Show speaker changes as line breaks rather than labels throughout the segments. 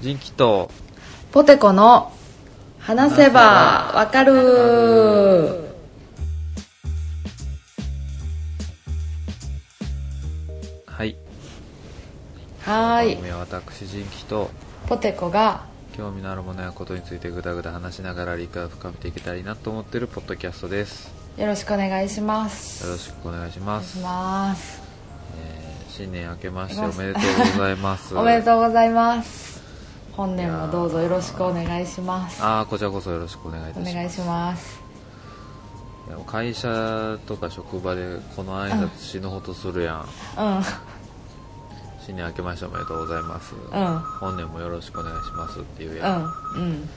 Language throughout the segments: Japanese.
人気と
ポテコの話せばわかる
はい
は
番
ーい
組は私人気と
ポテコが
興味のあるものやことについてぐだぐだ話しながら理解を深めていけたらいいなと思ってるポッドキャストです
よろしくお願いします
よろしくお願いします
お願いします
えー新年明けましておめでとうございます
おめでとうございます本年もどうぞよろしくお願いします
ああこちらこそよろしくお願いいたし
お
ます
願いします
いや会社とか職場でこの挨拶死ぬほどするやん、
うんうん
新年明けましておめでとうございます、
うん
本年もよろしくお願いしますっていう
う
やん、
んうん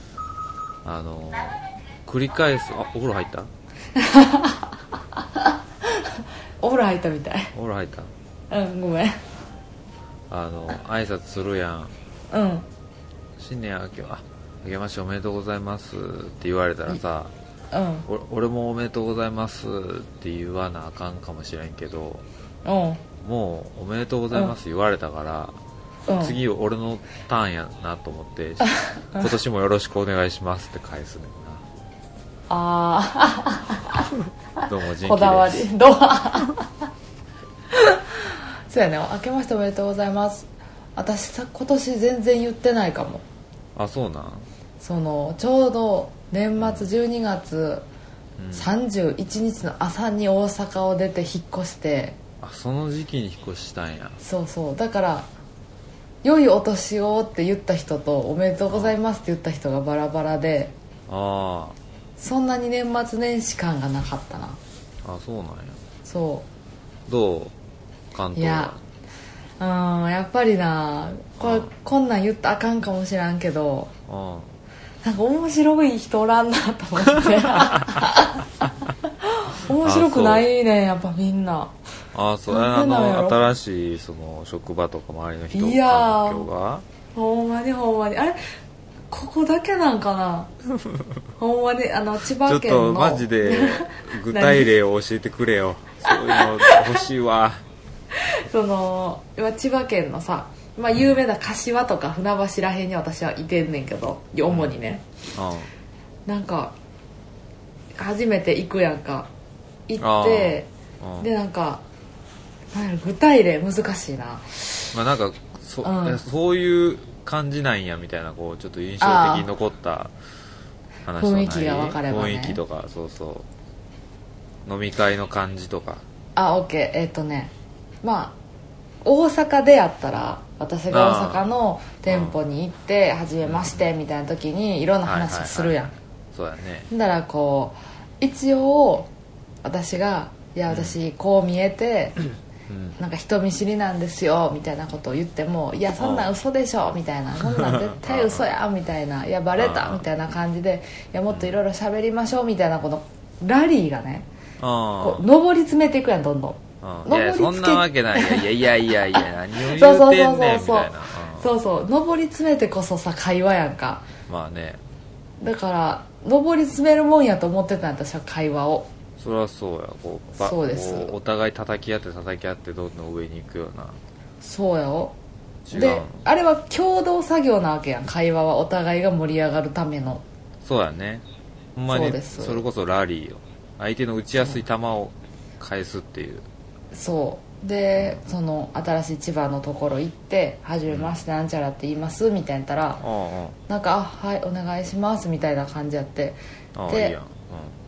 あのー繰り返すあお風呂入った
お風呂入ったみたい
お風呂入った
うんごめん
あの挨拶するやん
うん
新年明けあ明けましておめでとうございますって言われたらさ
うん
お俺もおめでとうございますって言わなあかんかもしれんけど
うん
もうおめでとうございます言われたから、
うん
次俺のターンやなと思って今年もよろしくお願いしますって返すねん
あ
などうも
あ
人
こだわ
気 で
り
す
どうそうやね明けましておめでとうございます私さ今年全然言ってないかも
あそうなん
そのちょうど年末12月
うん
31日の朝に大阪を出て引っ越して
あその時期に引っ越したんや
そうそうだから「良いお年を」って言った人と「おめでとうございます」って言った人がバラバラで
あ
そんなに年末年始感がなかったな
ーあそうなんや
そ
どう関
うい
東
や
は
うんやっぱりなこれこんなん言ったらあかんかもしらんけど
うん
なんか面白い人おらんなと思って 面白くないねやっぱみんな
ああそう
な
あ
んでなんやろ
の新しいその職場とか周りの人環
いやー
境が
ほんまにほんまにあれここだけなんかなほんまにあの千葉
ち
県
ょっと
の
マジ で具体例を教えてくれよそういうの欲しいわ
その今千葉県のさ、まあ、有名な柏とか船橋らへんに私はいてんねんけど主にね、
う
なんか初めて行くやんか行って
ん、うん
でなんかなんやろ具体例難しいな
まあなんかそ,え、
うん
そういう感じなんやみたいなこうちょっと印象的に残った話とかな
雰
い
囲気が分かればね
雰囲気とかそうそう飲み会の感じとか
あオッケーえっ、とねまあ大阪でやったら私が大阪の店舗に行って初めましてみたいな時にいろんな話をするやん
そうやね
だからこう一応私が「いや
うん
私こう見えて
うん
なんか人見知りなんですよ」みたいなことを言っても「いやそんなん嘘でしょ」みたいな「そんなん絶対嘘や」みたいな「いやバレた」
うん
みたいな感じで「いやもっといろいろ喋りましょう」みたいなこのラリーがねこ
あ
う上り詰めていくやんどんどん。
あ、
う
うん、いやいやそ
登り
ん
つけ
なわけないいやいやいやいや何を
そう
言
そうう
て
そ
んねんみたい
うそうそ
うな
そうそう上り詰めてこそさ会話やんか
うんまあね
だから上り詰めるもんやと思ってたんや私は会話を
それはそうやこうば
そうです
こうお互い叩き合って叩き合ってどんどん上に行くような
そうやお
違う
で
の
あれは共同作業なわけやん会話はお互いが盛り上がるための
そうやねほんま
そう
に
です
それこそラリーを相手の打ちやすい球を返すっていう
そうでその新しい千葉のところ行って「はじめましてなんちゃらって言います」みたいなやったら
ああ
「なんかあはいお願いします」みたいな感じやって
ああ
で
いいやん、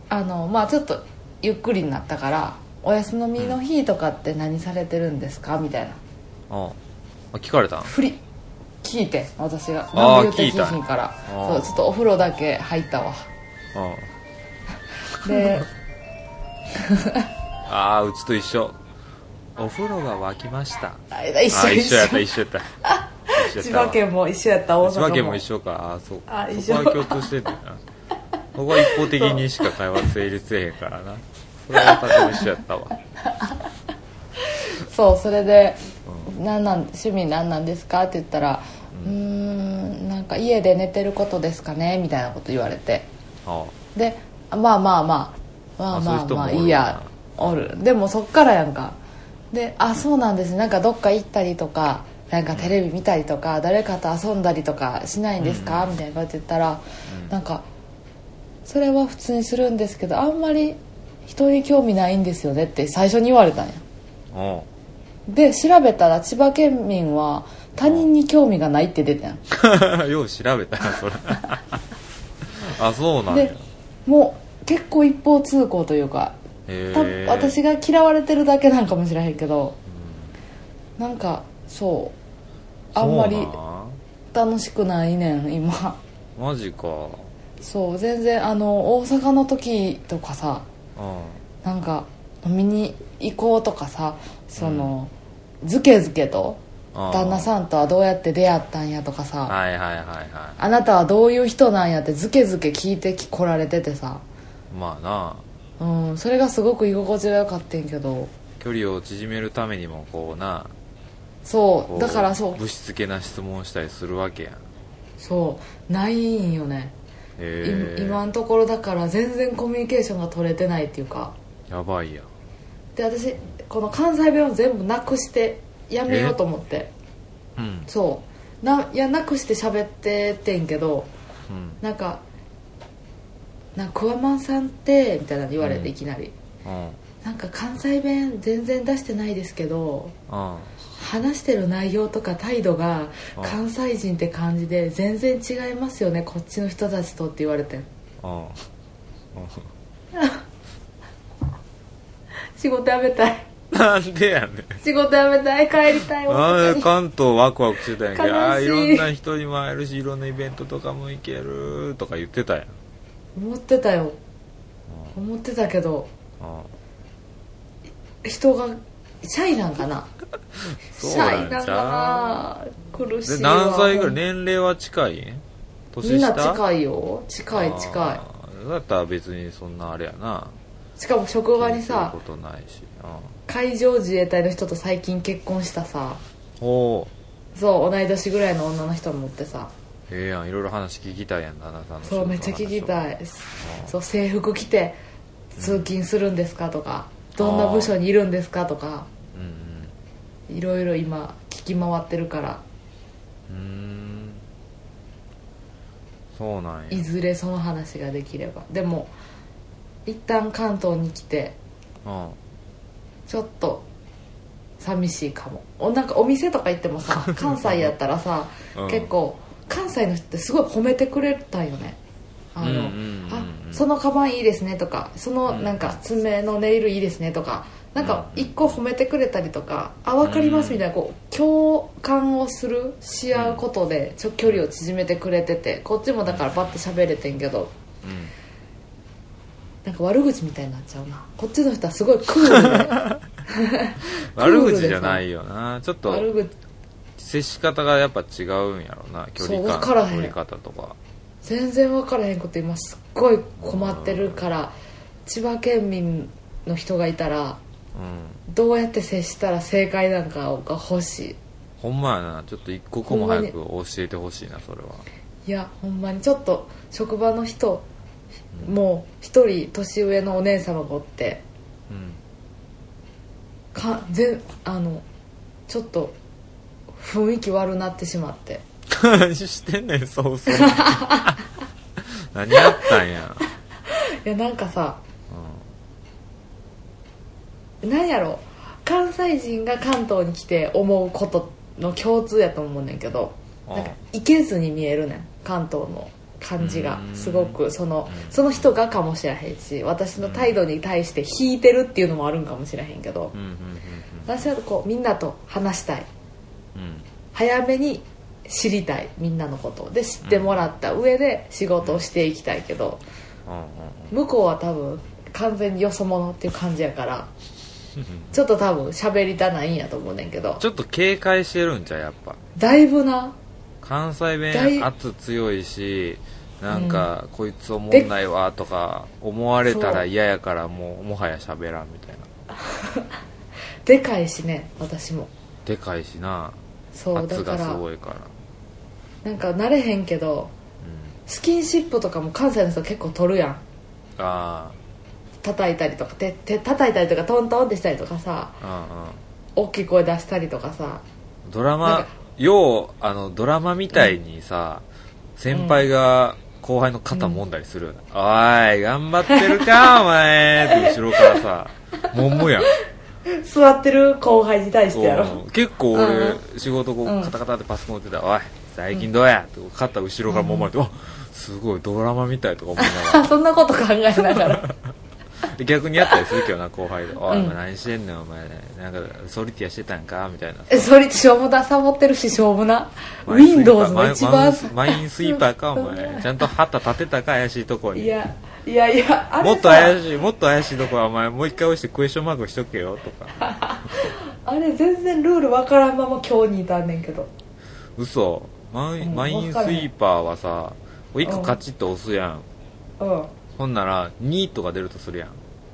あのまあちょっとゆっくりになったから「お休みの日とかって何されてるんですか?」みたいな
うん、ああ聞かれたん
ふり聞いて私が
あー
何で言う
聞い
て
た
聞いひんから
あ
そ
ー
うちょっとお風呂だけ入ったわ
うん
で
ああうちと一緒お風呂が沸きました
あ一
あ
緒
一
一
緒やった
緒
一緒やった一緒
千
やった
葉県も一緒やった大
千葉
阪
県
も
も一緒かあそう
あ一
そ
緒
こは共通してんだよなそこは一方的にしか会話成立せえへんからなそれは私も一緒やったわ
そうそれで「なんなん趣味なんなんですか?」って言ったら「うーんなんか家で寝てることですかね」みたいなこと言われて
あ
でまあまあまあまあ
あ
まあ
そういう人もお
まあ
るよない
いやおるでもそっからやんかであそうなんですねなんかどっか行ったりとかなんかテレビ見たりとか誰かと遊んだりとかしないんですか、
うん
みたいなこと言ったら、
うん
なんかそれは普通にするんですけどあんまり人に興味ないんですよねって最初に言われたんや
おう
で調べたら千葉県民は他人に興味がないって出てん
よう調べたなそれあそうなんや
でもう結構一方通行というか
へ
た
え
私が嫌われてるだけなんかもしれへんけどなんかそうあんまり
そうなん
楽しくないねん今
マジか
そう全然あの大阪の時とかさ
う
なんか飲みに行こうとかさその、ずけずけと
あー
旦那さんとはどうやって出会ったんやとかさ、
んはいはいはいは
あなたはどういう人なんやってずけずけ聞いてきこられててさ
いまあな
うんそれがすごく居心地が良かったんけど
距離を縮めるためにもこうな
そ
こ
うだからそう
ぶしつけな質問したりするわけやんへ
そうないんよね、
え
い今のところだから全然コミュニケーションが取れてないっていうか
やばいやん
で私この関西弁を全部なくしてやめようと思って
うん
そうないやなくして喋っててんけど
うん
なんか「なんかクワマンさんって」みたいなの言われて、
うん
いきなり
うん
「なんか関西弁全然出してないですけど
うん
話してる内容とか態度が
あ
関西人って感じで全然違いますよねこっちの人たちと」って言われてん
うんうん
仕事辞めたい
なんでやねん
仕事辞めたい帰りたい
あ
大阪
ー
に
関東ワクワクしてたんやけど
悲しい
あーいろんな人にも会えるしいろんなイベントとかも行けるとか言ってたやん
思ってたよ思ってたけど
うんうん
人がシャイなんかな
そう
シ
な
ャ
ん
イ
ちゃ
な
うん
かな苦しい
で
わ
何歳ぐらい年齢は近い年下
みんな近いよ近い近
いだったら別にそんなあれやない
しかも職場に
気
さ
にすることないしう
海上自衛隊の人と最近結婚したさ
んおお
そう同い年ぐらいの女の人もおってさ
ええやんいろいろ話聞きたいやん旦那さんの仕事
そ
の
うめっちゃ聞き
話
たいそう制服着て通勤するんですかとかどんな部署にいるんですかとか
をうん
いろいろ今聞き回ってるから
うんうーんそうなんや
いずれその話ができればでも一旦関東に来て
うん
ちょっと寂しいかもおなんかお店とか行って もさ関西やったらさ、
うん
結構関西の人ってすごい褒めてくれたんよねあの、
うんうんうんうん
あそのカバンいいですねとかそのなんか爪のネイルいいですねとかなんか
うんうん
一個褒めてくれたりとか、あ分かりますみたいなこう共感をするし合うことでちょ距離を縮めてくれててこっちもだからバッて喋れてんけど
うん
なんか悪口みたいになっちゃうなこっちの人はすごいクールで
悪口じゃないよなちょっと
悪口
接し方がやっぱ違うんやろな距離
そう
感
わからへん
取り方とか
全然分からへんこと今すっごい困ってるから千葉県民の人がいたら
うん
どうやって接したら正解なんかが欲し
ほんまやなちょっと一刻も早く教えてほしいなそれはい
いやほんまにちょっと職場の人もう一人年上のお姉様がおって
うん
か全あのちょっと雰囲気悪なってしまって
何してんね んそう そう何やったんや、
いやなんかさ
う
なんやろ関西人が関東に来て思うことの共通やと思うねんけど
うん
なんかいけずに見えるねん関東の感じが
うん
すごくその
うん
その人がかもしれへんし私の態度に対して引いてるっていうのもあるんかもしれへんけど
ん、うんうん
私はこうみんなと話したい
うんうん
早めに知りたいみんなのことをで知ってもらった上で仕事をしていきたいけど
うん
向こうは多分完全によそ者っていう感じやから
うんうん
ちょっと多分喋りたないんやと思うねんけど
ちょっと警戒してるんちゃうやっぱ
だいぶな
関西
だい
弁圧強いしなんか、こいつおもんないわとか思われたら嫌やからもうもはや喋らんみたいな
でかいしね私も
でかいしな
そうだ
圧
か
がす
ら
ごいから
なんか慣れへんけど
うん
スキンシップとかも関西の人結構取るやん
あ
叩いたりとか手手叩いたりとかトントンってしたりとかさ
あうんうん
大きい声出したりとかさ
ドラ
なん
マ
か
ようあのドラマみたいにさ、先輩が後輩の肩もんだりするよね、おい頑張ってるかお前って後ろから さもむやん
座ってる後輩に対してやろ
うん結構俺、
う
仕事こう
うん
カタカタってパソコン打ってたら「おい最近どうや?」って肩後ろからもまれて「あすごいドラマみたい」とか思いながら
そんなこと考えなが ら
逆にやったりするけどな後輩が「おい、
うん
お前何してんねんお前なんかソリティアしてたんか?」みたいな
えそれしょうもなサボってるししょうもな Windows の一番
マインマインスイーパーかお前ちゃんと旗立てたか怪しいとこ
い
に
やいやいやあれさ
もっと怪しいもっと怪しいとこはお前もう一回押してクエスチョンマークしとけよとか
あれ全然ルールわからんまま今日にいたんねんけど
嘘マイ,、
うん
マインスイーパーはさ一個カチッと押すやん
うん
ほんなら2とか出るとするやん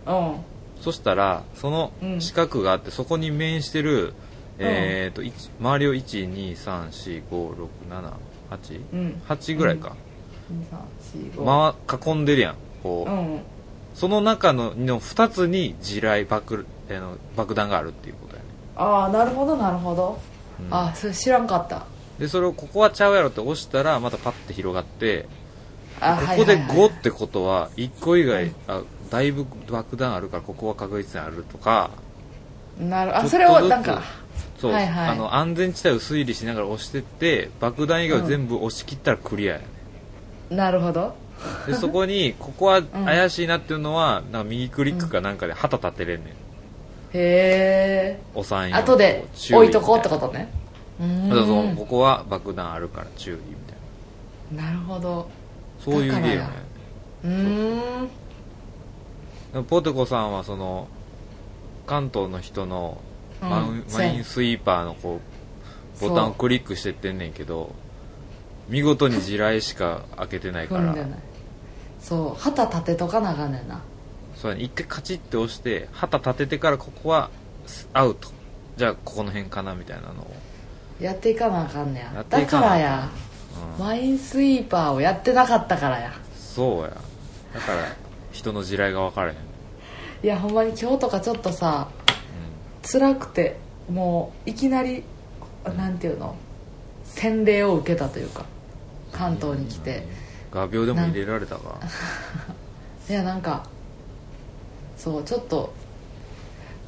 うん
そしたらその
うん
四角があってそこに面してる、えー、と一周りを123456788
うん
ぐらいか、
2345
まわ囲んでるやんこう、
うん
その中のの2つに地雷爆,、えーの爆弾があるっていうことやね、
ああなるほどなるほど、
うん
ああそれ知らんかった
でそれをここはちゃうやろって押したらまたパッて広がって
あ
ここで
はいはいはい
5ってことは1個以外、あだいぶ爆弾あるからここは確実にあるとか
なる
ちょ
あ
っと
それを
ずつ
なんか
そう、
はいはい
あの安全地帯を推理しながら押してって爆弾以外を全部押し切ったらクリアやね、
なるほど
でそこにここは怪しいなっていうのは、なんか右クリックかなんかで旗立てれんねん
へ
押さん
え
よう
後で
注意
置いとこうってこ
み
とねう
たいなあとその
ー
ここは爆弾あるから注意みたいなん
なるほど
そういうゲームや
だ
ね
からやうーん
でもポテコさんはその関東の人のマウン、
うん
マインスイーパーのこうボタンをクリックしてってんねんけど見事に地雷しか開けてないか
踏
ら
んでないそう旗立てとかなあかんねんな
そうやね一回カチッて押して旗立ててからここはアウトじゃあここの辺かなみたいなのを、
やっていかなあかんね
や
や
って
だ
いか
か
なあからん
や
うん、
マインスイーパーをやってなかったからや
そうやだから人の地雷が分からへん、うん
いやほんまに今日とかちょっとさ辛くてもういきなりなんていうの洗礼を受けたというか関東に来て
画鋲でも入れられたか
いやなんかそうちょっと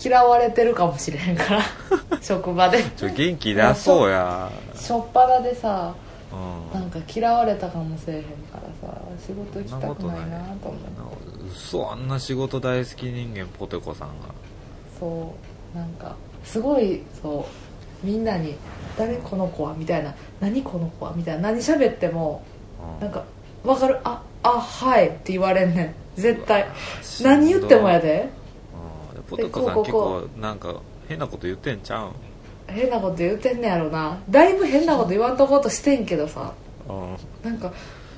嫌われてるかもしれへんから 職場で
ちょ元気出そうや、
しょっぱなでさ
うん、
なんか嫌われたかもしれへんからさ仕事行きたくないなと思って
嘘あんな仕事大好き人間ポテコさんが
そうなんかすごいそうみんなに「誰この子は?」みたいな「何この子は?」みたいな何喋っても
う
なん
ん
か「わかるああはい」って言われんねん絶対
うわしんどい
何言ってもやで
うんポテコさん
こう
結
こう
構なんか変なこと言ってんちゃうん
変なこと言うてんねやろなだいぶ変なこと言わんとこうとしてんけどさ
うんあ
なんか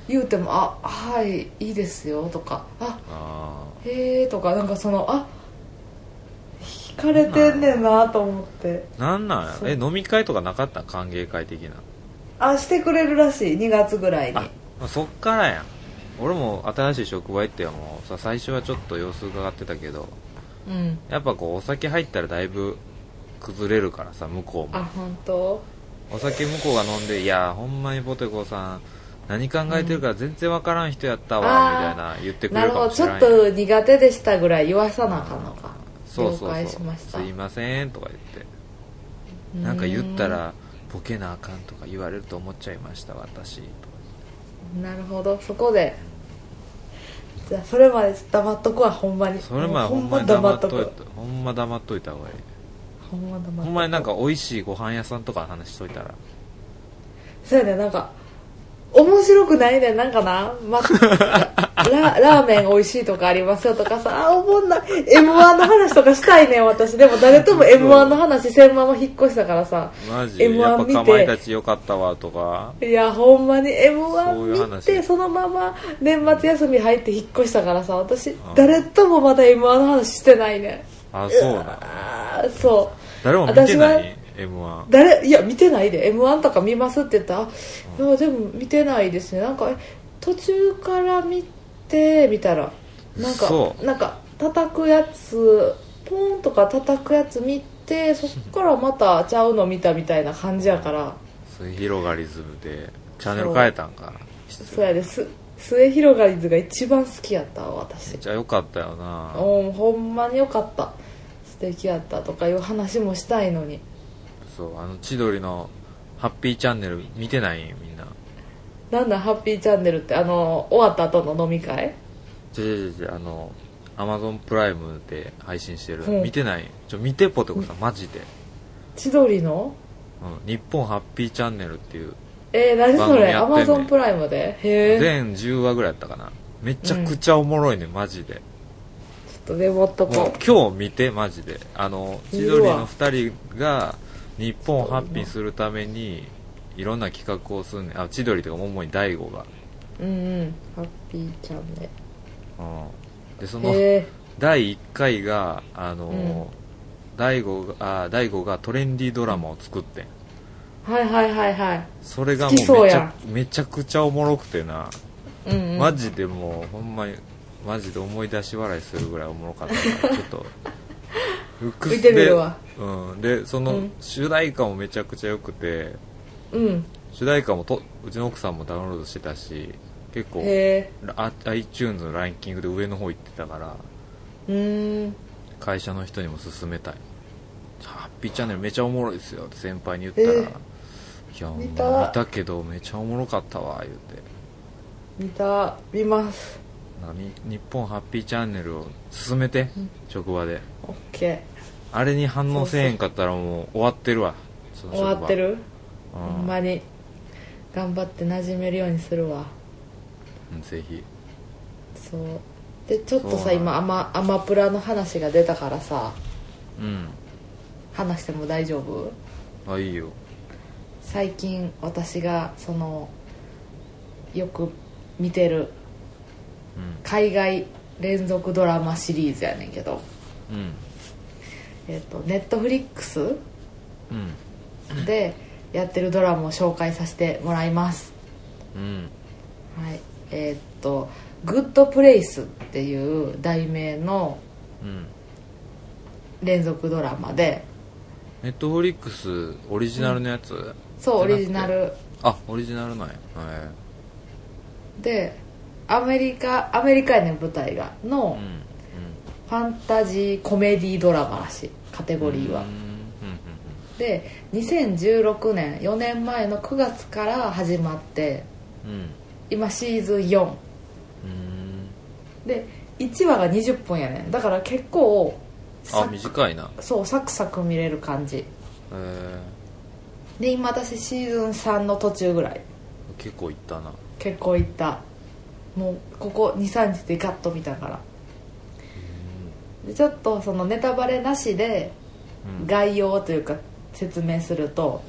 言うても「あはいいいですよ」とか「あ
あ
へえ」とかなんかその「あ引かれてんねんな」と思って
なんなんや
そう
え飲み会とかなかったん歓迎会的な
あしてくれるらしい2月ぐらいに
あ、まあそっからやん俺も新しい職場行ってもさ最初はちょっと様子伺ってたけど
うん
やっぱこうお酒入ったらだいぶ崩れるからさ向こうも
あ本当
お酒向こうが飲んで「いやほんまにポテコさん何考えてるか全然わからん人やったわ」
うん
みたいな言ってく
な
れる
る
か
ほ
も
ど
し
ち
れ
ょ
な
っ
い
と苦手でしたぐらい言わさなあかんのか
そうそうそう
了解しました
すいません」とか言って「なんか言ったらボケなあかん」とか言われると思っちゃいました私とか
なるほどそこでじゃあそれまで黙っとくわほんまに
それまで
もう
ほんまに黙っ
ほ
とい
んま
たほんま黙っといた方がいい
ほんま黙っとく
ほんまになんか美味しいご飯屋さんとかの話しといたら
そうやねなんか面白くないねんなんかな、 ま、ララーメン美味しいとかありますよとかさあおもんない m 1の話とかしたいねん私でも誰とも m 1の話せんまま引っ越したからさ
マジ
M1
やっぱ
見て
かまいたちよかったわとか
いやほんまに m
そういう
1見
話
てそのまま年末休み入って引っ越したからさ私
ん
誰ともまだ m 1の話してないねん
あそうだ
あーそう
誰も見てな
私
い m 1
誰いや見てないで m 1とか見ますって言ったら「いやでも見てないですねなんかえ途中から見て」みたらなんか
そ
なんか叩くやつポーンとか叩くやつ見ってそっからまたちゃうの見たみたいな感じやから
末広がりズムでチャンネル変えたんか
そうやです末広がり図が一番好きやったわ私
めっちゃ良かったよな
おーほんまによかった素敵やったとかいう話もしたいのに
そうあの千鳥のハッピーチャンネル見てないみんな
なんだハッピーチャンネルってあの終わった後の飲み会
ちょちょちょちょあのアマゾンプライムで配信してる、
うん
見てないちょ見てポテコさんマジで、
千鳥の
うん、日本ハッピーチャンネルっていう
えー、何それア
番組や
マ
ってん
ゾ
ねん
ンプライムでへえちょ
全10話ぐらいやったかなめちゃくちゃおもろいね、マジで
っとメモっと
もう
こ
今日見てマジであの
見
千
る
鳥
わ
の2人が日本をハッピーするためにいろんな企画をすんねんあ千鳥とか主に大悟が、
ううんうんハッピーチャンネ
うん、でそ
ル
の
へえ
第1回があの、
うん
大悟があ大悟がトレンディードラマを作ってん
はいはいはいはい
それが
好
も
き
う
そう
めち
や
ゃめちゃくちゃおもろくてな、
うん、うん、
マジでもうほんまにマジで思い出し笑いするぐらいおもろかったからちょっと うっく
見てみるわ
で,、うん、でそうの
ん
主題歌もめちゃくちゃ良くて
うん
主題歌もとうちの奥さんもダウンロードしてたし結構
へ
あ iTunes のランキングで上の方行ってたから
えうーん
会社の人にも勧めたいハッピーチャンネルめちゃおもろいですよって先輩に言ったら、
え
いや
見
見
た
た見たけどめちゃおもろかったわ言うて
見た見ます
なんかに日本ハッピーチャンネルを進めて、
うん
職場で
オッケ
あれに反応せえへんかったらもう終わってるわそ
ー
の職
終
場
わってる
う
ほん
ん
まに頑張って馴染めるようにするわ
うんぜひ
そうでちょっと
そう
さ
なん
今アマアマプラの話が出たからさ
うん
話しても大丈夫
あいいよ
最近私がそのよく見てる
う
海外連続ドラマシリーズやねんけど
んうん
えっとネットフリックス
うん
でやってるドラマを紹介させてもらいます
うん
はいえーっと「グッドプレイス」っていう題名の
うん
連続ドラマで
ネットフリックスオリジナルのやつ、
そうオ
じゃなくて
リジナル
あオリジナルなんやへ
でアメリカアメリカやねん舞台が
え
の
うんうん
ファンタジーコメディドラマらしいカテゴリーは
うんうん
で2016年4年前の9月から始まって
うんうん
今シーズン4
うん
で1話が20分やねんだから結構
あ
サク
短いな
そうサクサク見れる感じ
へえ
で今私シーズン3の途中ぐらい
結構いったな
結構いったもうここ23日でガッと見たからでちょっとそのネタバレなしで
うんうん
概要というか説明すると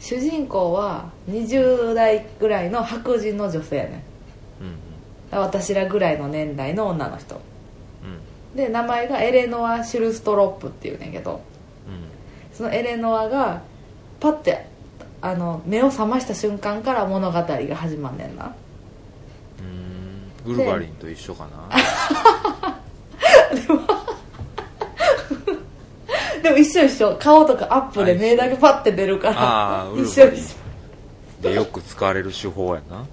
主人公は20代ぐらいの白人の女性やね
うんうん
ん私らぐらいの年代の女の人
うん
で名前がエレノア・シュルストロップっていうねんけど
うん
そのエレノアがパッてあの目を覚ました瞬間から物語が始まんねんな
うーんグルバリンと一緒かな
でも一緒一緒顔とかアップで
あ一緒
目だけパッて出るから
あ あ
一
ウル
緒
バリ
一緒
ンでよく使われる手法やな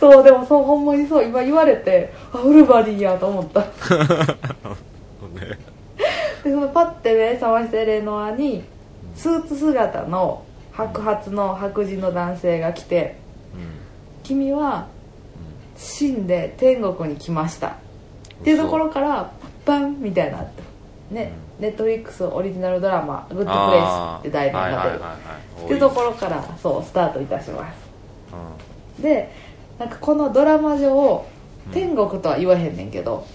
そうでもそうほんまにそう今言われてあウルバリンやと思った
うんね
でそのパッて目覚ましてエレノアにスーツ姿の白髪の白人の男性が来て
うん
「君は死んで天国に来ました」っていうところからパンパンみたいなってね、ネットフリックスオリジナルドラマ「グッドプレイス」って題名
あー
が
はいはいは
出る
いはい
っていうところからそうスタートいたしま
多い
すでなんかこのドラマ上
うん
天国とは言わへんねんけど、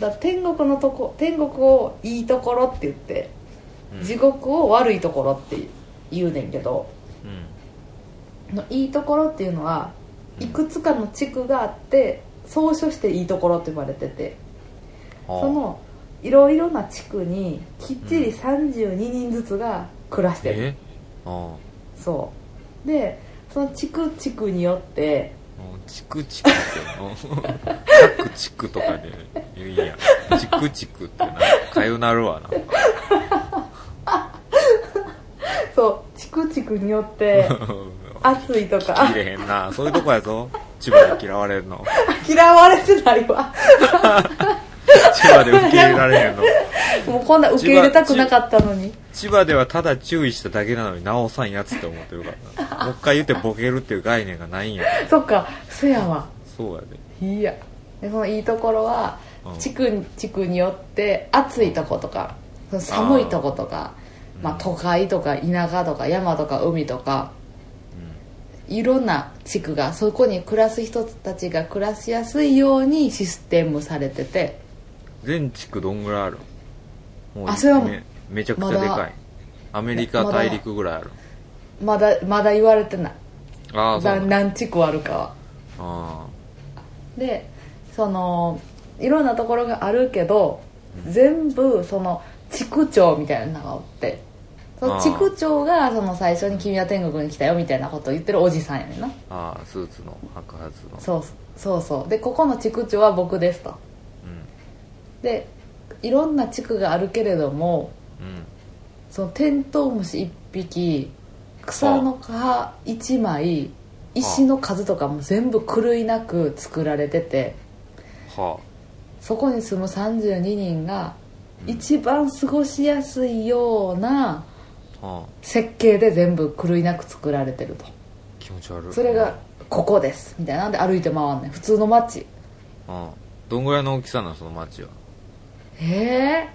だから天国のとこ天国をいいところって言って
うんうん
地獄を悪いところって言うねんけど
うん
のいいところっていうのは
うん
いくつかの地区があって総称していいところって呼ばれてて
はあ
そのいろいろな地区にきっちり32人ずつが暮らしてる、
えあ
そうでその地区地区によって
あうんチクチクってうん各チクとかで言うんやチクチクってなんかかゆなるわな
そうチクチクによ って暑いとかあ
切れへんなそういうとこやぞ千葉で嫌われるの
嫌われてないわ
千葉で受け入れられへんの
もうこんな受け入れたくなかったのに
千葉ではただ注意しただけなのに直さんやつって思ってるからなもう一回言ってボケるっていう概念がないんや
そっかそやわ
そうやで
いやでそのいいところは
うん
地区地区によって暑いとことかその寒いとことか
あー
まあ、
うん
都会とか田舎とか山とか海とかいろんな地区がそこに暮らす人たちが暮らしやすいようにシステムされてて
全地区どんぐらいあるも
あそれは
めめちゃくちゃで
ま
か
だ
いアメリカ
まだ
大陸ぐらいある
まだまだ言われてない
ああそうな
だ
んだ
何地区あるかは
あ
でそのいろんなところがあるけど全部その地区長みたいなのがおってその
あー
地区長がその最初に「君は天国に来たよ」みたいなことを言ってるおじさんやねんな
ーあースーツの白髪の
そうそうそうでここの地区長は僕ですとでいろんな地区があるけれども
うんうん
そのテントウムシ1匹草の葉1枚石の数とかも全部狂いなく作られてて
は
そこに住む32人が一番過ごしやすいような
あ、はあ、
設計で全部狂いなく作られてると
気持ち悪い
それがここですみたいなんで歩いて回んねん普通の街
うんどんぐらいの大きさなのその町は
え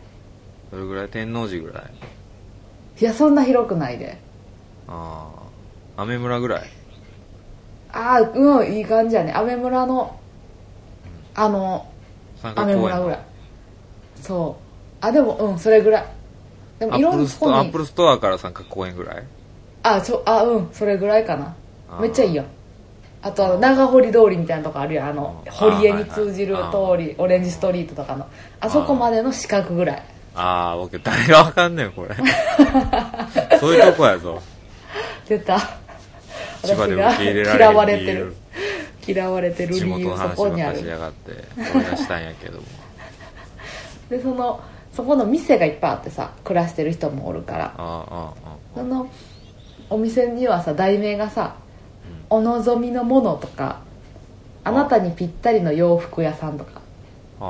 どれぐらい天王寺ぐらい
えいやそんな広くないで
ああ雨村ぐらい
ああうんいい感じやね雨村のあの
三角
雨
公園
村ぐらいそうあでもうんそれぐらいでも
ア
い
ッ
ろ
プ
ん
ル
な
スト
と
ア
こ
アッ
に
プルストアから三角公園ぐらい
あちょあうんそれぐらいかな
あー
めっちゃいいよあとあの長堀通りみたいなとこあるよあの
うん
堀江に通じる
あーは
通
いはい
りオレンジストリートとかのあそこまでの四角ぐらい
ああ僕誰がわかんねんこ れそういうとこやぞ
出た
千
私
葉で
が
受け入れられへん
嫌われて
理
る嫌われてる
地
理
元
由
の
そ
話
こ
ばっ
にあ
かし
る
やがって俺がしたんやけども
でそのそこの店がいっぱいあってさ暮らしてる人もおるから
ああああ
そのお店にはさ題名がさ「お望みのもの」とか「あなたにぴったりの洋服屋さん」とか
ああ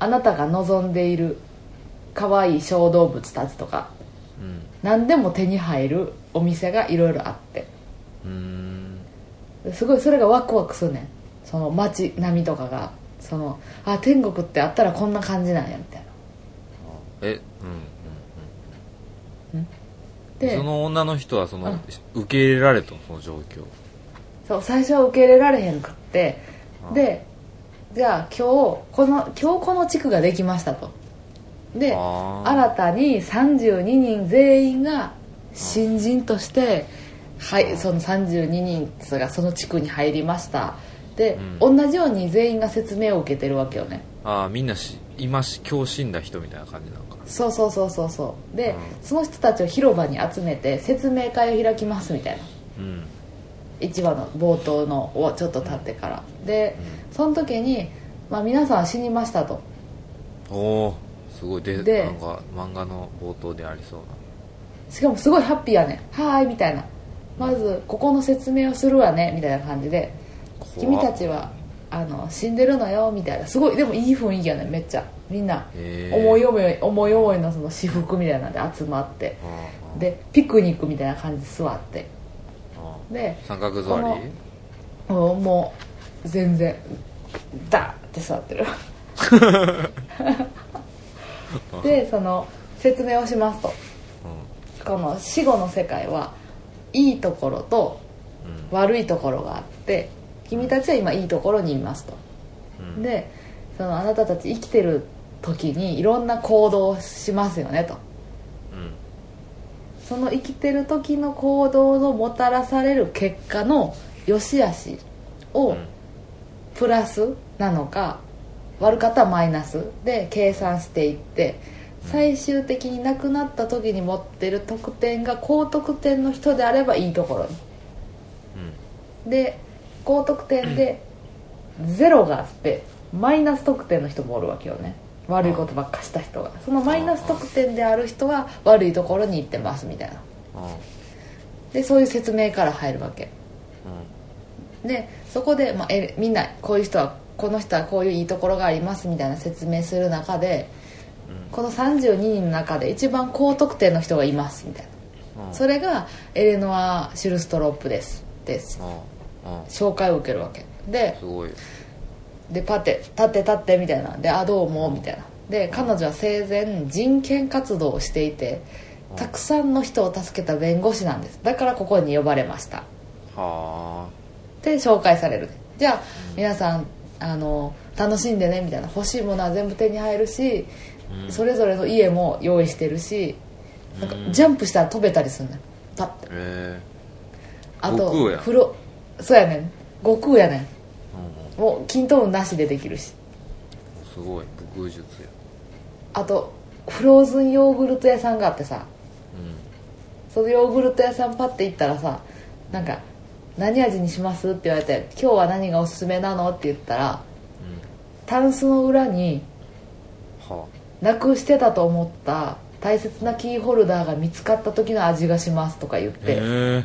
あ
あなたが望んでいる可愛い小動物たちとか
うん
何でも手に入るお店がいろいろあって
うーん
すごいそれがワクワクするねんその街並みとかがそのあ天国ってあったらこんな感じなんやみたいな
えうんうん
で
その女の人はその、
うん
受け入れられたのその状況
そう最初は受け入れられへんくって
あ
でじゃあ今日この今日この地区ができましたとで
あー
新たに32人全員が新人として、はい、その32人がその地区に入りましたで、同じように全員が説明を受けてるわけよね
ああみんなし今し今日死んだ人みたいな感じなのか
そうそうそうそうそうで、
う
その人たちを広場に集めて説明会を開きますみたいな
うん
一話の冒頭のをちょっと経ってからでその時に、まあ、皆さん死にましたと
おおすごいで
で
なんか漫画の冒頭でありそう
しかもすごいハッピーやねんはーいみたいなまずここの説明をするわねみたいな感じで
な
君た
へ
ちはあの死んでるのよみたいなすごいでもいい雰囲気やねんめっちゃみんな
え
思い思い思い思いのその私服みたいなんで集まって
ああ
でピクニックみたいな感じで座って
あ
で
あ三角座り
このもうもう全然ダーって座ってるでその説明をしますとこの死後の世界はいいところと
うんうん
悪いところがあって君たちは今いいところにいますと
うん
でそのあなたたち生きてる時にいろんな行動をしますよねと
うん
その生きてる時の行動のもたらされる結果の良し悪しを
うん
プラスなのか悪かったらマイナスで計算していって最終的に亡くなった時に持ってる得点が高得点の人であればいいところに
うん
で高得点でゼロがあってマイナス得点の人もおるわけよね悪いことばっかした人がそのマイナス得点である人は悪いところに行ってますみたいな
うんうん
でそういう説明から入るわけでそこで、まあ、えみんなこういう人はこの人はこういういいところがありますみたいな説明する中で、この32人の中で一番高得点の人がいますみたいな、
うん
それがエレノア・シュルストロップですです
うんうん
紹介を受けるわけです
ごい
でパテ立って立ってみたいなであどうもみたいなで彼女は生前人権活動をしていてたくさんの人を助けた弁護士なんですだからここに呼ばれました
は
で紹介されるじゃあ皆さんあの楽しんでねみたいな欲しいものは全部手に入るし、
うん
それぞれの家も用意してるしなんか
うん
ジャンプしたら飛べたりするのよパッて
あえ
あ
悟空
と
やん
風呂そうやねん悟空やね
えうん
んもう均等運なしでできるし
うんすごい武空術や
あとフローズンヨーグルト屋さんがあってさそのヨーグルト屋さんパッて行ったらさなんか「何味にします?」って言われて「今日は何がおすすめなの?」って言ったら
うんうん
タンスの裏に
は
なくしてたと思った大切なキーホルダーが見つかった時の味がしますとか言っ
あへえ
て
うん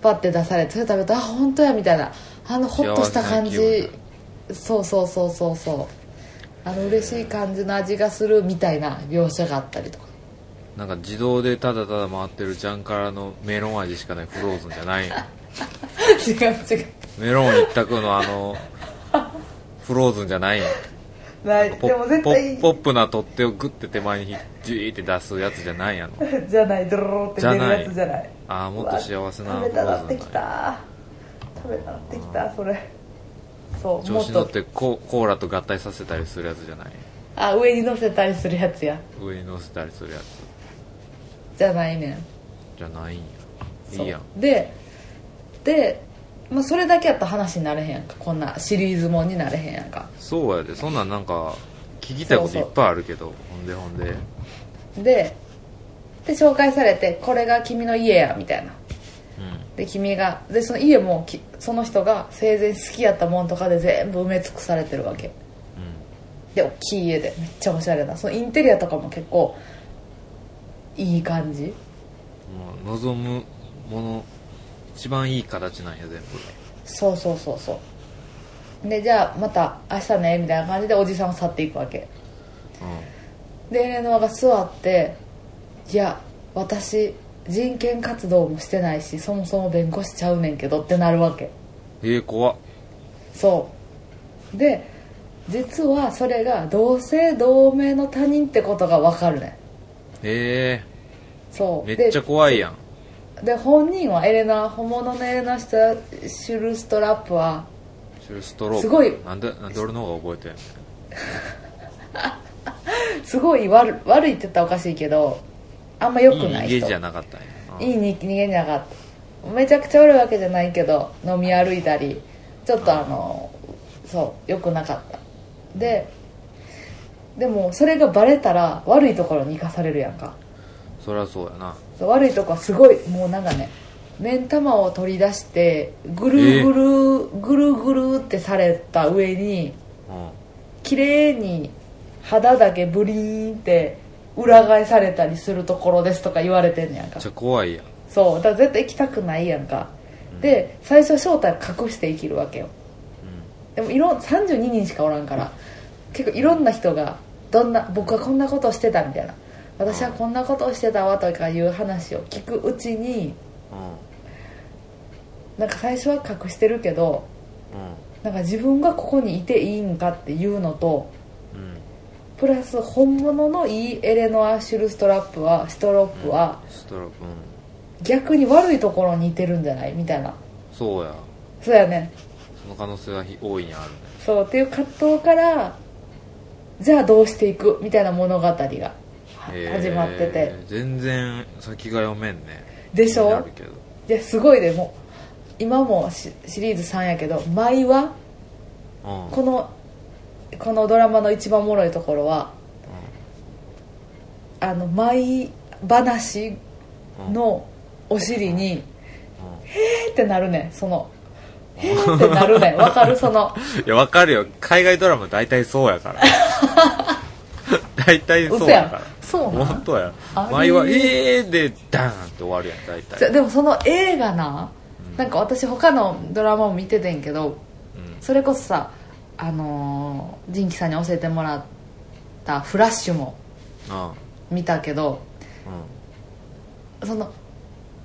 パッて出されてそれ食べたあ本当やみたいなあのホッとした感
幸せな
じ
気分
そうそうそうそうそうあの嬉しい感じの味がするみたいな描写があったりとか
なんか自動でただただ回ってるジャンカラのメロン味しかないフローズンじゃないんや
違う違う
メロン一択のあのフローズンじゃないんや
ない
ポ
でも絶対
ポポップな取っ手をグッて手前にジューって出すやつじゃないんやの
じゃないドロロって出るやつ
じ
じゃない
ああもっと幸せな
食
フ
べ
ロ
たな
ー
っ
ズン
て
だ
き
ね
た食べたなってきたそれそう
調
も
子
っ
乗っ
と
てココーラと合体させたりするやつじゃない
あ上に乗せたりするやつや
上に乗せたりするやつ
じゃないねん
じゃないんや
そ
いういやん
でで、まあ、それだけやったら話になれへんやんかこんなシリーズもんになれへんやんか
そうやでそんなんなんか聞きたいこといっぱいあるけどほんでほんで
でで紹介されて「これが君の家や」みたいな
う
で君がでその家もきその人が生前好きやったもんとかで全部埋め尽くされてるわけ
んうん
で大きい家でめっちゃおしゃれなそのインテリアとかも結構いい感じ
もう望むもの一番いい形なんや全部
そうそうそうそうでじゃあまた明日ねみたいな感じでおじさんを去っていくわけでエレノアが座って「いや私人権活動もしてないしそもそも弁護士ちゃうねんけど」ってなるわけ
うんええ怖っ
そうで実はそれが同姓同名の他人ってことが分かるねん
え
そ
え
う
めっちゃ怖いやん
でで本人はエレナ本物のエレナシュシュルストラップは
シュルストロープ
すごい
なんでなんで俺の方が覚えてん
すごい悪悪いって言ったらおかしいけどあんま良くない
い
人
い家じゃなかったんやうん
いいに逃げなかっためちゃくちゃおるわけじゃないけど飲み歩いたりちょっとあのそう良くなかったででもそれがバレたら悪いところに行かされるやんか
そりゃそうやな
そう悪いとこはすごいもうなんかね目ん玉を取り出してぐるぐる、ぐるぐるってされた上に
うん
綺麗に肌だけブリーンって裏返されたりするところですとか言われてんねやん
め
か
っちゃ怖いやん
そうだから絶対行きたくないやんか、で最初正体隠して生きるわけよでもいろん32人しかおらんから結構いろんな人がどんな僕はこんなことをしてたみたいな私はこんなことをしてたわとかいう話を聞くうちに
うんうん
なんか最初は隠してるけどなんか自分がここにいていいんかっていうのと
うんうん
プラス本物のいいエレノア・シュルストラップはストロップは
ストロープうん
逆に悪いところにいてるんじゃないみたいな
そうや
そうやね
その可能性はひ大いにあるね
そうっていう葛藤からじゃあどうしていくみたいな物語がは
ええ
始まってて、
全然先が読めんね
でしょ
気になるけど
いやすごいでもう今もシシリーズ3やけど毎話
うん
このこのドラマの一番おもろいところはあの毎話のお尻に「えー!」ってなるねんその「えー!」ってな るねんわかるその
いや、わかるよ。海外ドラマ大体そうやから。大体そう
嘘
や
や
か
ん
ら。
そうな
本
ん
当や
あれ
前は「ええー」でダーンって終わるやん大
じゃ
体
でもその映画な
うん
なんか私他のドラマも見ててんけど
うん
それこそさあのージンキさんに教えてもらったフラッシュも
あ
見たけど
あうん
その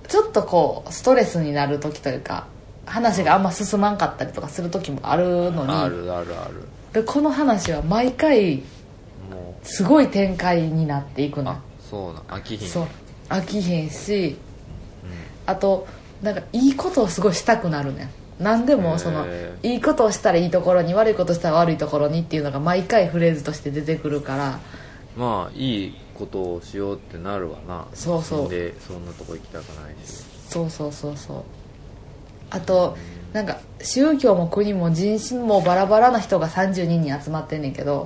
ちょっとこうストレスになる時というか話があんま進まんかったりとかする時もあるのに
あるあるある
でこの話は毎回
も
すごい展開になっていく
う
の
あそうなん飽きひん
そう飽きへんし
う
あとなんかいいことをすごいしたくなるねん何で
へ
も
ー
そのいいことをしたらいいところに悪いことしたら悪いところにっていうのが毎回フレーズとして出てくるから
んまあいいことをしようってなるわな
そうそう
死んでそんなとこ行きたくないし
そうそうそうそうあとなんか宗教も国も人種もバラバラな人が32人集まってんねんけど
う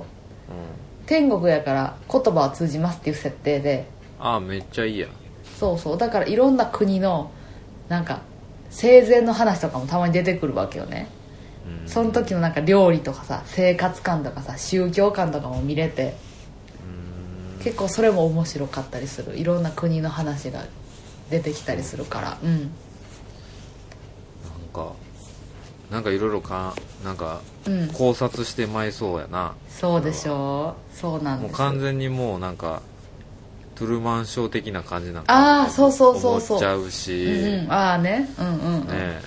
ん
天国やから言葉は通じますっていう設定で
ああめっちゃいいやん
そうそうだからいろんな国のなんか生前の話とかもたまに出てくるわけよね
うん
その時のなんか料理とかさ生活感とかさ宗教観とかも見れて
うん
結構それも面白かったりするいろんな国の話が出てきたりするからうん
なんかなんかいろいろかなんか
うん
考察してまいそうやな、
そうでしょうそうなん
もう
です
完全にもうなんかトゥルーマンショー的な感じなん
あーそうそうそうそ
思
う
っちゃうし、
うんうん、ああねうんうんう
ね
ん、
え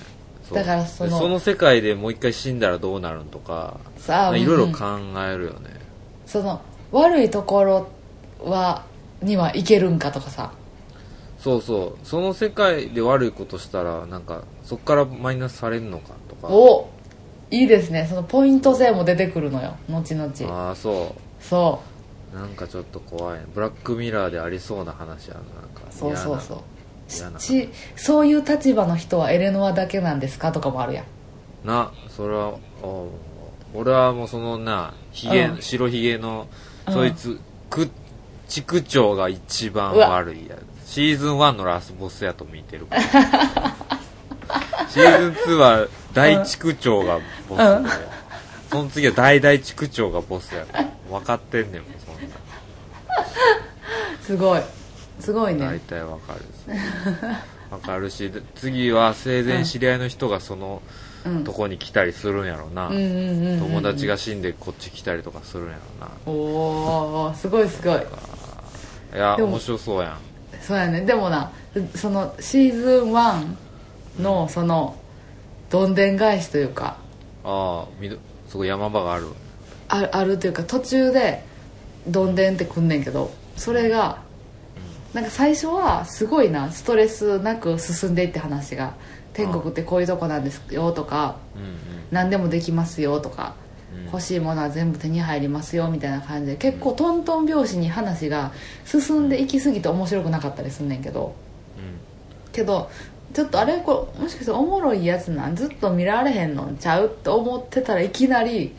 そう
だからその
でその世界でもう一回死んだらどうなるんとか
さあ
いろいろ
うんうん
考えるよね、
その悪いところはにはいけるんかとかさ
そうそうその世界で悪いことしたらなんかそこからマイナスされるのかとか
おいいですねそのポイント性も出てくるのよ後々
ああそ
そう
なんかちょっと怖いねブラックミラーでありそうな話やななんか
うそうそうそう
嫌な
しそういう立場の人はエレノアだけなんですかとかもあるやん
なそれはお俺はもうそのなひげ、
うん
白ひげの
うん
そいつく地区長が一番
うわ
悪いやつシーズン1のラスボスやと見てるからシーズン2は大地区長がボスで、
うん
その次は大大地区長がボスや分かってんねんもんそんな
すごいすごい
大
ね
体分かる分かるしで次は生前知り合いの人がその
うん
とこに来たりするんやろな、
うんうんうんうん
友達が死んでこっち来たりとかするんやろ
おおすごいすごい
ないや
でも
面白そうやん
そうやねでもなそのシーズン1のそのどんでん返しというか
ああみどそこ山場がある
あるあるというか途中でどんでんってくんねんけどそれがなんか最初はすごいなストレスなく進んでいって話が天国ってこういうとこなんですよとか
うん
何でもできますよとか
うんうん
欲しいものは全部手に入りますよみたいな感じで結構トントン拍子に話が進んでいきすぎて面白くなかったりすんねんけどけどちょっとあれこれもしかしておもろいやつなんずっと見られへんのんちゃうって思ってたらいきなり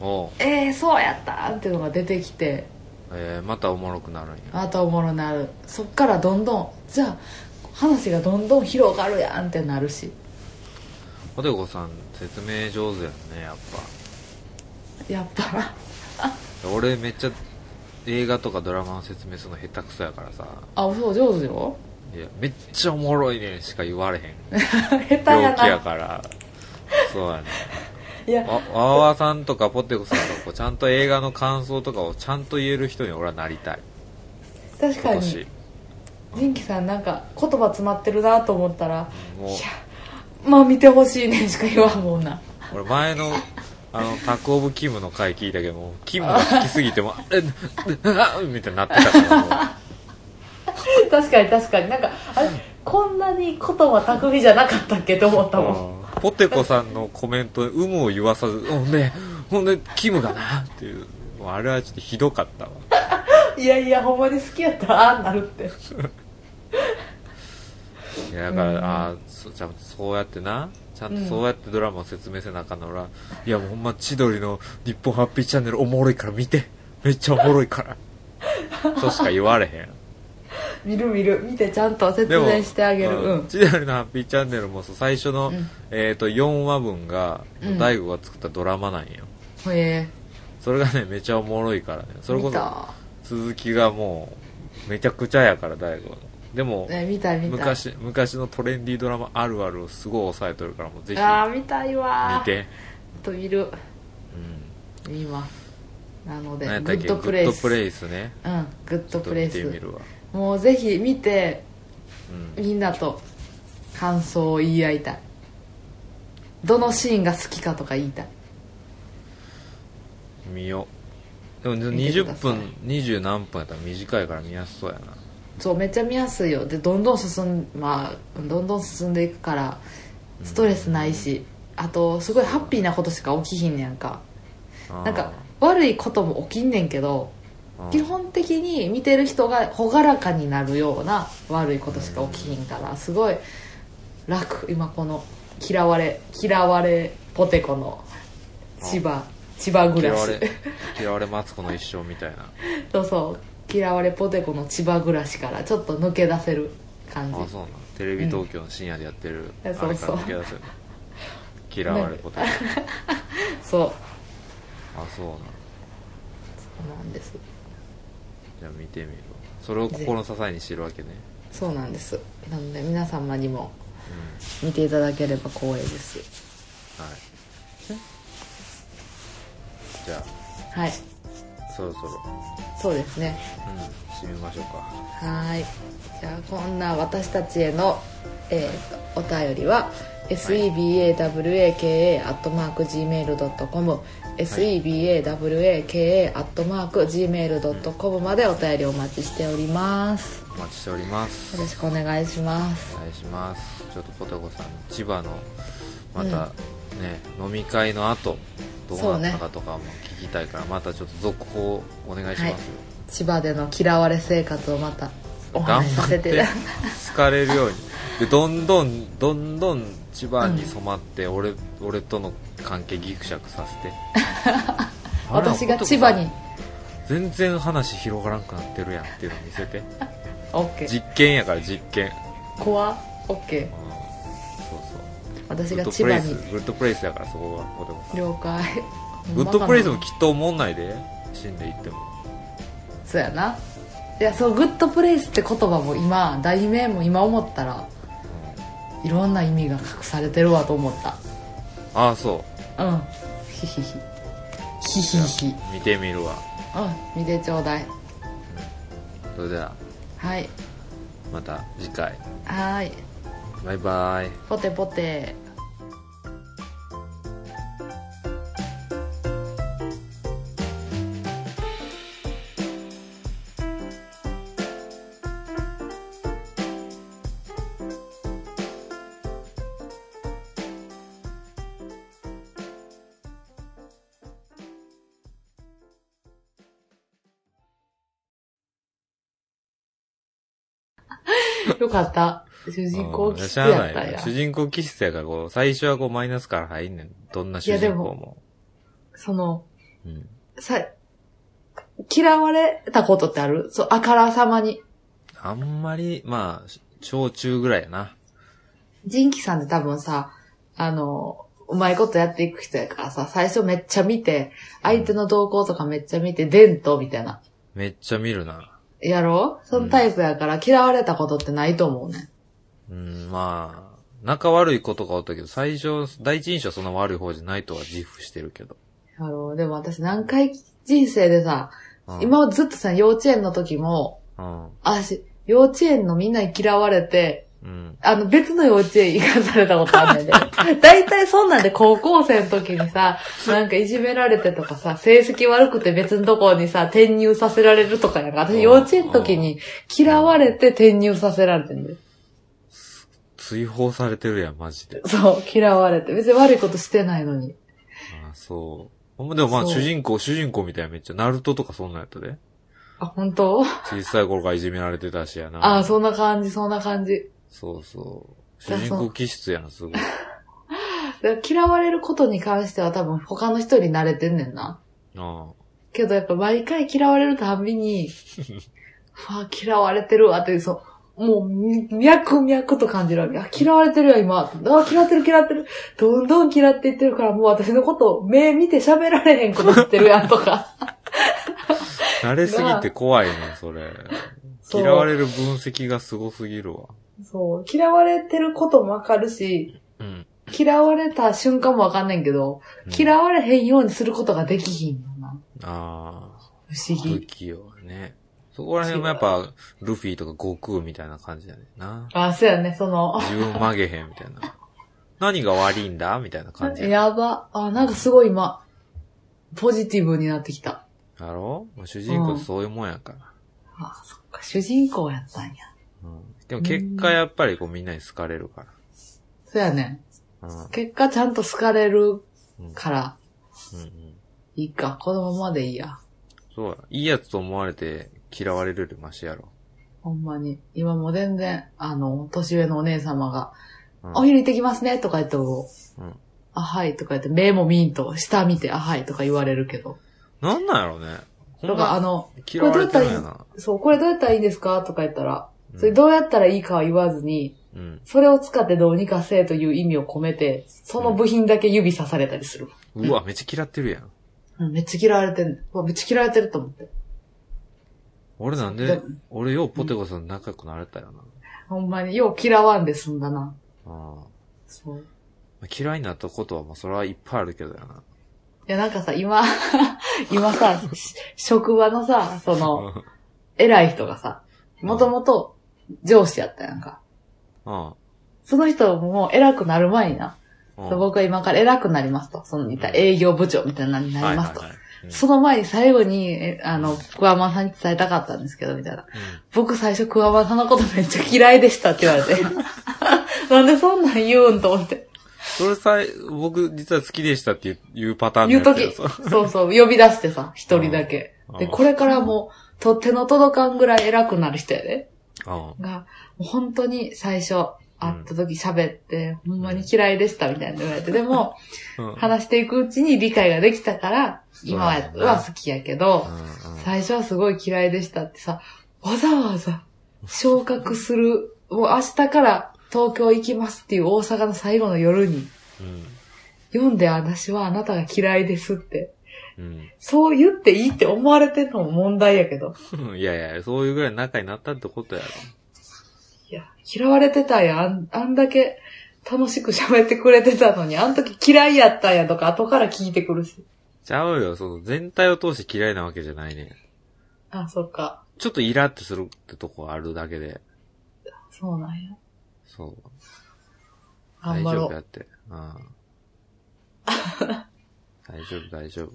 うんおう
「えー、そうやった!」っていうのが出てきて
えーまたおもろくなるんや
またおもろなるそっからどんどんじゃあ話がどんどん広がるやんってなるし
ポテコさん説明上手やんねやっ
やっぱ
ぱ俺めっちゃ映画とかドラマの説明するの下手くそやからさ
あそう上手よ
いやめっちゃおもろいねんしか言われへん
下手や
病気
な
やからそうやね
いや
わわわさんとかポテコさんとかこうちゃんと映画の感想とかをちゃんと言える人に俺はなりたい
確
今
か
年
に仁キさんなんか言葉詰まってるなと思ったら「い
もう
やまあ見てほしいね」しか言わんもんな
俺前のあのタコオブキムの回聞いたけどもうキムが好きすぎても「えっみたいになってたから
確かに確かになんかあれこんなに言葉巧みじゃなかったっけと思ったもん
もうポテコさんのコメント有無を言わさず「ほんでほんでキムがな」っていうもうあれはちょっとひどかったわ
いやいやほんまに好きやったらああなるって
いやだから、ああそじゃあそうやってなちゃんとそうやってドラマを説明せなあかんの俺は、いやもうほんま千鳥の「日本ハッピーチャンネル」おもろいから見てめっちゃおもろいからとしか言われへん
見る見る見てちゃんと説
でも
明してあげる
う
うんん
千鳥のハッピーチャンネルもそう最初の、
うん
えー、と4話分が
うん
大悟が作ったドラマなんよ、
へえ
それがねめちゃおもろいからねそれこ
見
そ
た
鈴木がもうめちゃくちゃやから大悟でも
ね見たい見たい
昔昔のトレンディードラマあるあるをすごい抑えとるからもうぜひ
ああ見たいわー
見て、
ちょっと見る
うん、
見ますなのでグ
何やったっ
ッ
け
ドプレイ
グッド
ス
プレイスね
うんグッ
ちょ
ド
っと
プレ
見
イ
てみ
ス
るわ、
もうぜひ見て
うん、
みんなと感想を言い合いたいどのシーンが好きかとか言いたい
見ようでも
見てくだ
20
さい
分20何分やったら短いから見やすそうやな
そうめっちゃ見やすいよでどんどん進んまあどんどん進んでいくからストレスないしあとすごいハッピーなことしか起きひんねやんか
あー
なんか悪いことも起きんねんけど
あー
基本的に見てる人が朗らかになるような悪いことしか起きひんからすごい楽今この嫌われ嫌われポテコの千葉千葉暮
嫌
ら
わ
し
れ嫌われマツコの一生みたいな
そうそう嫌われポテコの千葉暮らしからちょっと抜け出せる感じ
あそうなんテレビ東京の深夜でやってる、あれから
そうそ
抜
う
け出せる嫌われことあ
そ
そうな
う
ん
そうなんです
じゃあ見てみるわそれを心の支えにしてるわけね
そうなんですなので皆様にも見ていただければ光栄です
はいじゃ
はい
あそろそろ
そうですね
うん締めましょうか
はいじゃあこんな私たちへの、えーとお便りは sebawaka.gmail.com sebawaka.gmail.com までお便りお待ちしております
お待ちしております
よろしくお願いします
お願いしますちょっとポテコさん千葉のまたね、飲み会の後どうなったかとかも聞きたいから、またちょっと続報お願いします、
はい千葉での嫌われ生活をまたお
頑
話しさ
張
せ
ってて疲れるようにでどんどんどんどん千葉に染まって俺,、俺との関係ギクシャクさせてあれ
私が千葉に
全然話広がらんくなってるやんっていうの見せて
OK
実験やから実験
怖 OK
うんそうそうグ
私
ッ
が
ド
千
プレ
葉
イス
に
グッドプレイスやからそこがポテコさん
了解
グッドプレイス
ほん
も
まか
きっと思んないで死んでいっても
なそうやないやそうグッドプレイスって言葉も今題名も今思ったらいろんな意味が隠されてるわと思っ
ああそ
たうんヒヒヒヒヒヒうん
う見てみるわ
見てちょうだい
それでは
はい
また次回
はーい
バイバイ
ポテ ポテよかった主人公
うんい
気
や
質
しゃあ
や
な
っ
い
たん
よ
や
主人公気質やからこう最初はこうマイナスから入んねんどんな主
いやで
人公
も
も
その
うん、
さ、嫌われたことってあるそう、あからさまに。
あんまりまあ小中ぐらいやな
ジンキさんって多分さ、あの、うまいことやっていく人やからさ、最初めっちゃ見て、相手の動向とかめっちゃ見て、伝統みたいな。
めっちゃ見るな
やろそのタイプやから嫌われたことってないと思うね。
うんまあ仲悪いことがおったけど最初第一印象そんな悪い方じゃないとは自負してるけど、
やろでも私何回人生でさ、
うん、
今までずっとさ、幼稚園の時も、
うん
私、幼稚園のみんなに嫌われて、
うん
あの、別の幼稚園行かされたことあんねんね。大体そんなんで高校生の時にさ、なんかいじめられてとかさ、成績悪くて別のとこにさ、転入させられるとかやんか。
うん
私幼稚園の時に嫌われて転入させられてんだよ。
追放されてるやんマジで
そう、嫌われて。別に悪いことしてないのに。
ああ、そう。ほんまでもまあ
そう
主人公、主人公みたいなめっちゃ、ナルトとかそんなんやったで。
あ、本当
小さい頃からいじめられてたしやな。
ああ、そんな感じ、そんな感じ。
そうそう。
だ
主人公気質やな、すごい。
だから嫌われることに関しては多分他の人に慣れてんねんな。
あ
けどやっぱ毎回嫌われるたんびに、 うわ、嫌われてるわって、そう、もう、み脈々と感じるわけ。あ、嫌われてるよ、今。あ、嫌ってる、嫌ってる。どんどん嫌っていってるから、もう私のこと、目見て喋られへんくなってるやんとか。
慣れすぎて怖いな、それ。
そ う
嫌われる分析がすごすぎるわ。
そう、嫌われてることもわかるし、
うん。
嫌われた瞬間もわかんないけど、
うん
嫌われへんようにすることができひんのな。
ああ、
不思
不
議。
器用ね。そこら辺もやっぱ、ルフィとか悟空みたいな感じだねんな。
あ、そうやね、その、
自分曲げへんみたいな。何が悪いんだみたいな感じやね。
やば。あ、なんかすごい今、ポジティブになってきた。
だろもう主人
う
公
ん
そういうもんやから。
あ、そっか、主人公やったんや。
うん。でも結果やっぱりこうみんなに好かれるか
そうやね。
ら。うん。
結果ちゃんと好かれる
うん。
から、
うんうん
いいか、このままでいいや。
そうや。いいやつと思われて嫌われるよりマシやろ。
ほんまに。今もう全然、あの、年上のお姉様が、
うん
お昼行ってきますね、とか言っても、
うん
あ、はい、とか言って、目も見んと、下見て、あ、はい、とか言われるけど。
なんなんやろね。ほ
と
ん
か、あ
ま
の、
嫌われてるんやな。
そう、これどうやったらいいんですかとか言ったら、
うん
それどうやったらいいかは言わずに、
うん。
それを使ってどうにかせえという意味を込めて、その部品だけ指さされたりする。
うわ、めっちゃ嫌ってるやん。
うん、めっちゃ嫌われてんねん。うわめっちゃ嫌われてると思って。
俺なん
そ
で
う、
俺ようポテコさん仲良くなれたよな。
ほんまに、よう嫌わんで済んだな。
あ
そう。い
あ嫌いになったことは、まあ、それはいっぱいあるけどやな。
や、なんかさ、今、 今さ、し職場のさ、その、偉い人がさ、もともと上司やったやんか。
あ
その人も偉くなる前にな、
あ。
そう僕は今から偉くなりますと。その、いた営業部長みたいなのになりますと。
はいはいはい
その前に最後に、えあの、クワマンさんに伝えたかったんですけど、みたいな。僕最初クワマンさんのことめっちゃ嫌いでしたって言われて。 なんでそんなん言うんと思って。
それさえ、僕実は好きでしたっていういうパターンの
言
やつや
うと
ろ
き、
それ
そうそう、呼び出してさ、一人だけ
うん。
で、
うん
これからもう、と手の届かんぐらい偉くなる人やで。
あ
が、もう本当に最初会った時喋って、ほんまに嫌いでしたみたいな言われて、でも、
あ。うん
話していくうちに理解ができたから、今は
そうやな
は好きやけど、
うんうん
最初はすごい嫌いでしたってさ、わざわざ昇格する、もう明日から東京行きますっていう大阪の最後の夜に、
うん
読んで私はあなたが嫌いですって。
うん
そう言っていいって思われてんのも問題やけど。
うんいやいや、そういうぐらい仲になったってことやろ。
いや、嫌われてたんやあん、あんだけ楽しく喋ってくれてたのに、あん時嫌いやったんやとか後から聞いてくるし。
ちゃうよ、その全体を通して嫌いなわけじゃないね。
あ、そっか。
ちょっとイラってするってとこあるだけで。
そうなんや。
そう。大
頑張
丈
ろ
夫だ
う。
って。 うん。大丈夫、大丈夫。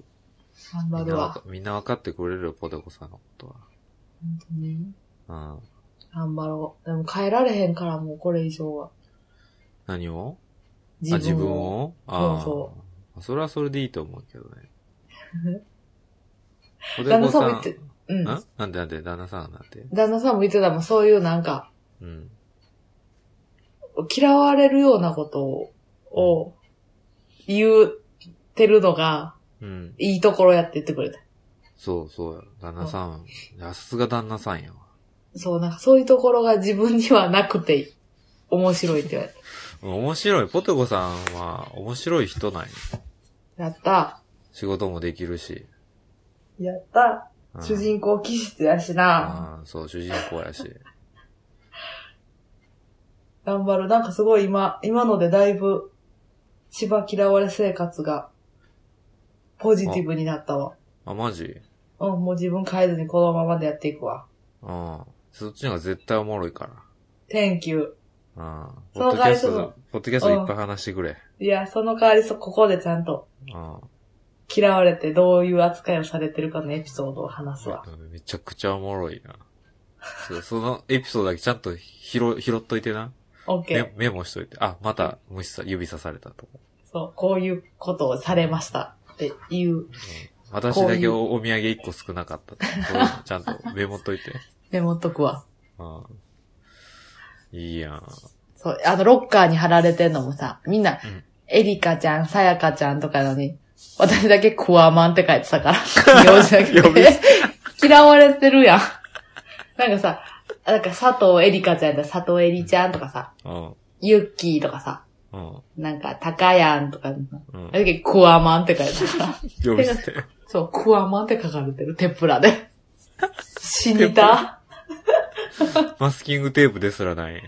頑
み
張
んな
る
わ
わ
か。みんな分かってくれるよ、ポテコさんのこと
本当に。
は。うん。
頑張ろう。でも変えられへんからもうこれ以上は。
何をあ、自分をあ
そ
あ。それはそれでいいと思うけどね。 ポテ
旦那
コ
さん
さ
も
ん
言って、うん。
んなんでなんで旦那さんなんて。
旦那さんも言ってたもん、そういうなんか、
うん。
嫌われるようなことを、を言ってるのが、
うん。
いいところやって言ってくれた。
そうそうや。旦那さん。いやさすが旦那さんやわ。
そう、なんかそういうところが自分にはなくて、面白いって言われ
面白い。ポテコさんは面白い人なんよ
た。やった。
仕事もできるし。
やった。
うん
主人公気質やしな。
うん、そう、主人公やし。
頑張る。なんかすごい今、今のでだいぶ、千葉嫌われ生活が、ポジティブになったわ。
あ、マジ
うん、もう自分変えずにこのままでやっていくわ。
うん。そっちの方が絶対おもろいか
Thank you.
ら。うん。ポ
そ
ッ
う
ドキャス
そ
ト
う、
ポッドキャストいっぱい話してくれ。
いや、その代わりそ、ここでちゃんと
うん。
嫌われてどういう扱いをされてるかのエピソードを話すわ。
めちゃくちゃおもろいな。そうそのエピソードだけちゃんと拾、拾っといてな。
OK
メ。メモしといて。あ、また無視さ、指さされたとこ。
そう、こういうことをされましたっていう
私だけおお土産一個少なかったとか。そういうのちゃんとメモっといて。
メモっとくわ。
うん。いいやん。
そう、あの、ロッカーに貼られてんのもさ、みんな、
ん
エリカちゃん、さやかちゃんとかのに、私だけクワマンって書いてた から、名字だけ
呼び捨。
嫌われてるやん。なんかさ、なんか佐藤エリカちゃんだ、佐藤エリちゃんとかさ、
うん。
ユッキーとかさ、
うん。
なんか、タカヤンとか、
うん
あれだけクワマンって書いてたから。
呼び捨て。
そう、クワマンって書かれてる、テプラで。死にた。
マスキングテープですらない。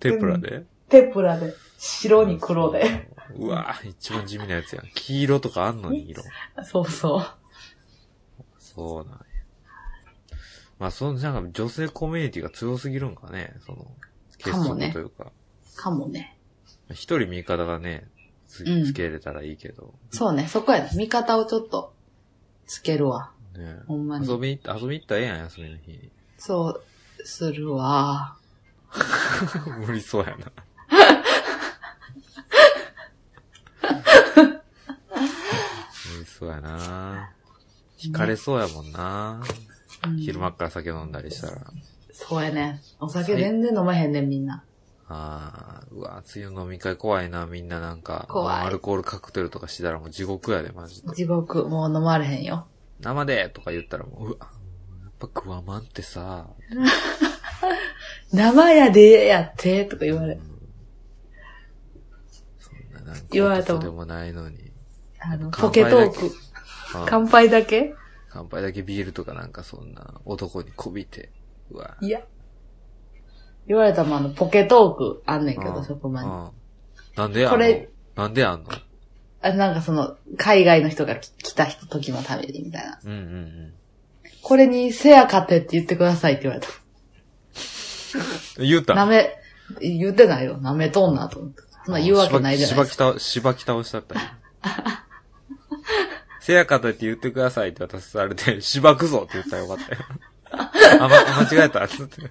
テープラで。
テプラで。白に黒で。
うわぁ、一番地味なやつやん。黄色とかあんのに色。
そうそう。
そうなんや。まあ、その、なんか女性コミュニティが強すぎるんかね、その、結
かもね
束というか。
かもね。
一、人味方がね、つ
うん
つけれたらいいけど。
そうね、そこやね。味方をちょっと、つけるわ。
ね
ほんま
遊
に。
びに、遊びに行ったらええやん、休みの日 に。
そう、するわ。
無理そうやな。無理そうやな。惹かれそうやもんな。
うん
昼間っから酒飲んだりしたら。
そうやね。お酒全然飲まへんねん、みんな。
ああ、うわ、梅雨飲み会怖いな、みんななんか。
怖い
アルコールカクテルとかしたらもう地獄やで、マジで。
地獄、もう飲まれへんよ。
生でとか言ったらもう、うわ、やっぱクワマンってさ、
生やでやって、とか言われ
う。んそんななんか、
言われたもん
でもないのに。
あの、ポ
乾
ケ
杯
ト
だ
ー
け
ク。
あ
乾杯だけ
乾杯だけビールとかなんかそんな男にこびて、うわ。
いや。言われたもん、あの、ポケトークあんねんけ
う
ど、
ん
職場に。
うんなんでや
こ
んの
れ
なんでやんの
あなんかその、海外の人が来来た人時のために、みたいな。
うんうんうん。
これに、せやかてって言ってくださいって言われた。
言うた
なめ、言ってないよ。なめとんなと思って。そんな言うわけないじゃない
あ
で
し
すか。
ばきしばき倒、しばき倒しだったよ。 せやかとって言ってくださいって渡されて、しばくぞって言ったらよかったよ。あ、ま、間違えたっつって。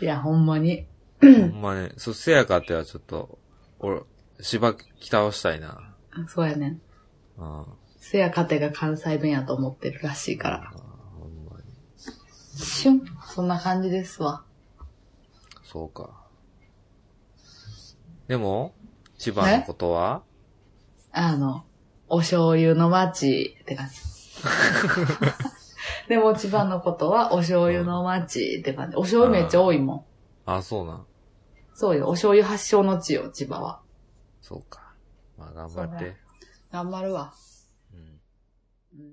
いや、ほんまに。
ほんまね、そう、せやかってはちょっと、俺、しばき倒したいな。
そうやねん。
うん。ほ
せやかてが関西弁やと思ってるらしいから。
んまに。
シュン。そんな感じですわ。
そうか。でも、千葉のことは
あの、お醤油の町って 感じ。でも千葉のことはお醤油の町って感じ。お醤油めっちゃ多いもん。
あ、そうなん。
そうよ。お醤油発祥の地よ、千葉は。
そうか。まあ、頑張って。
頑張るわ。
うん。
うん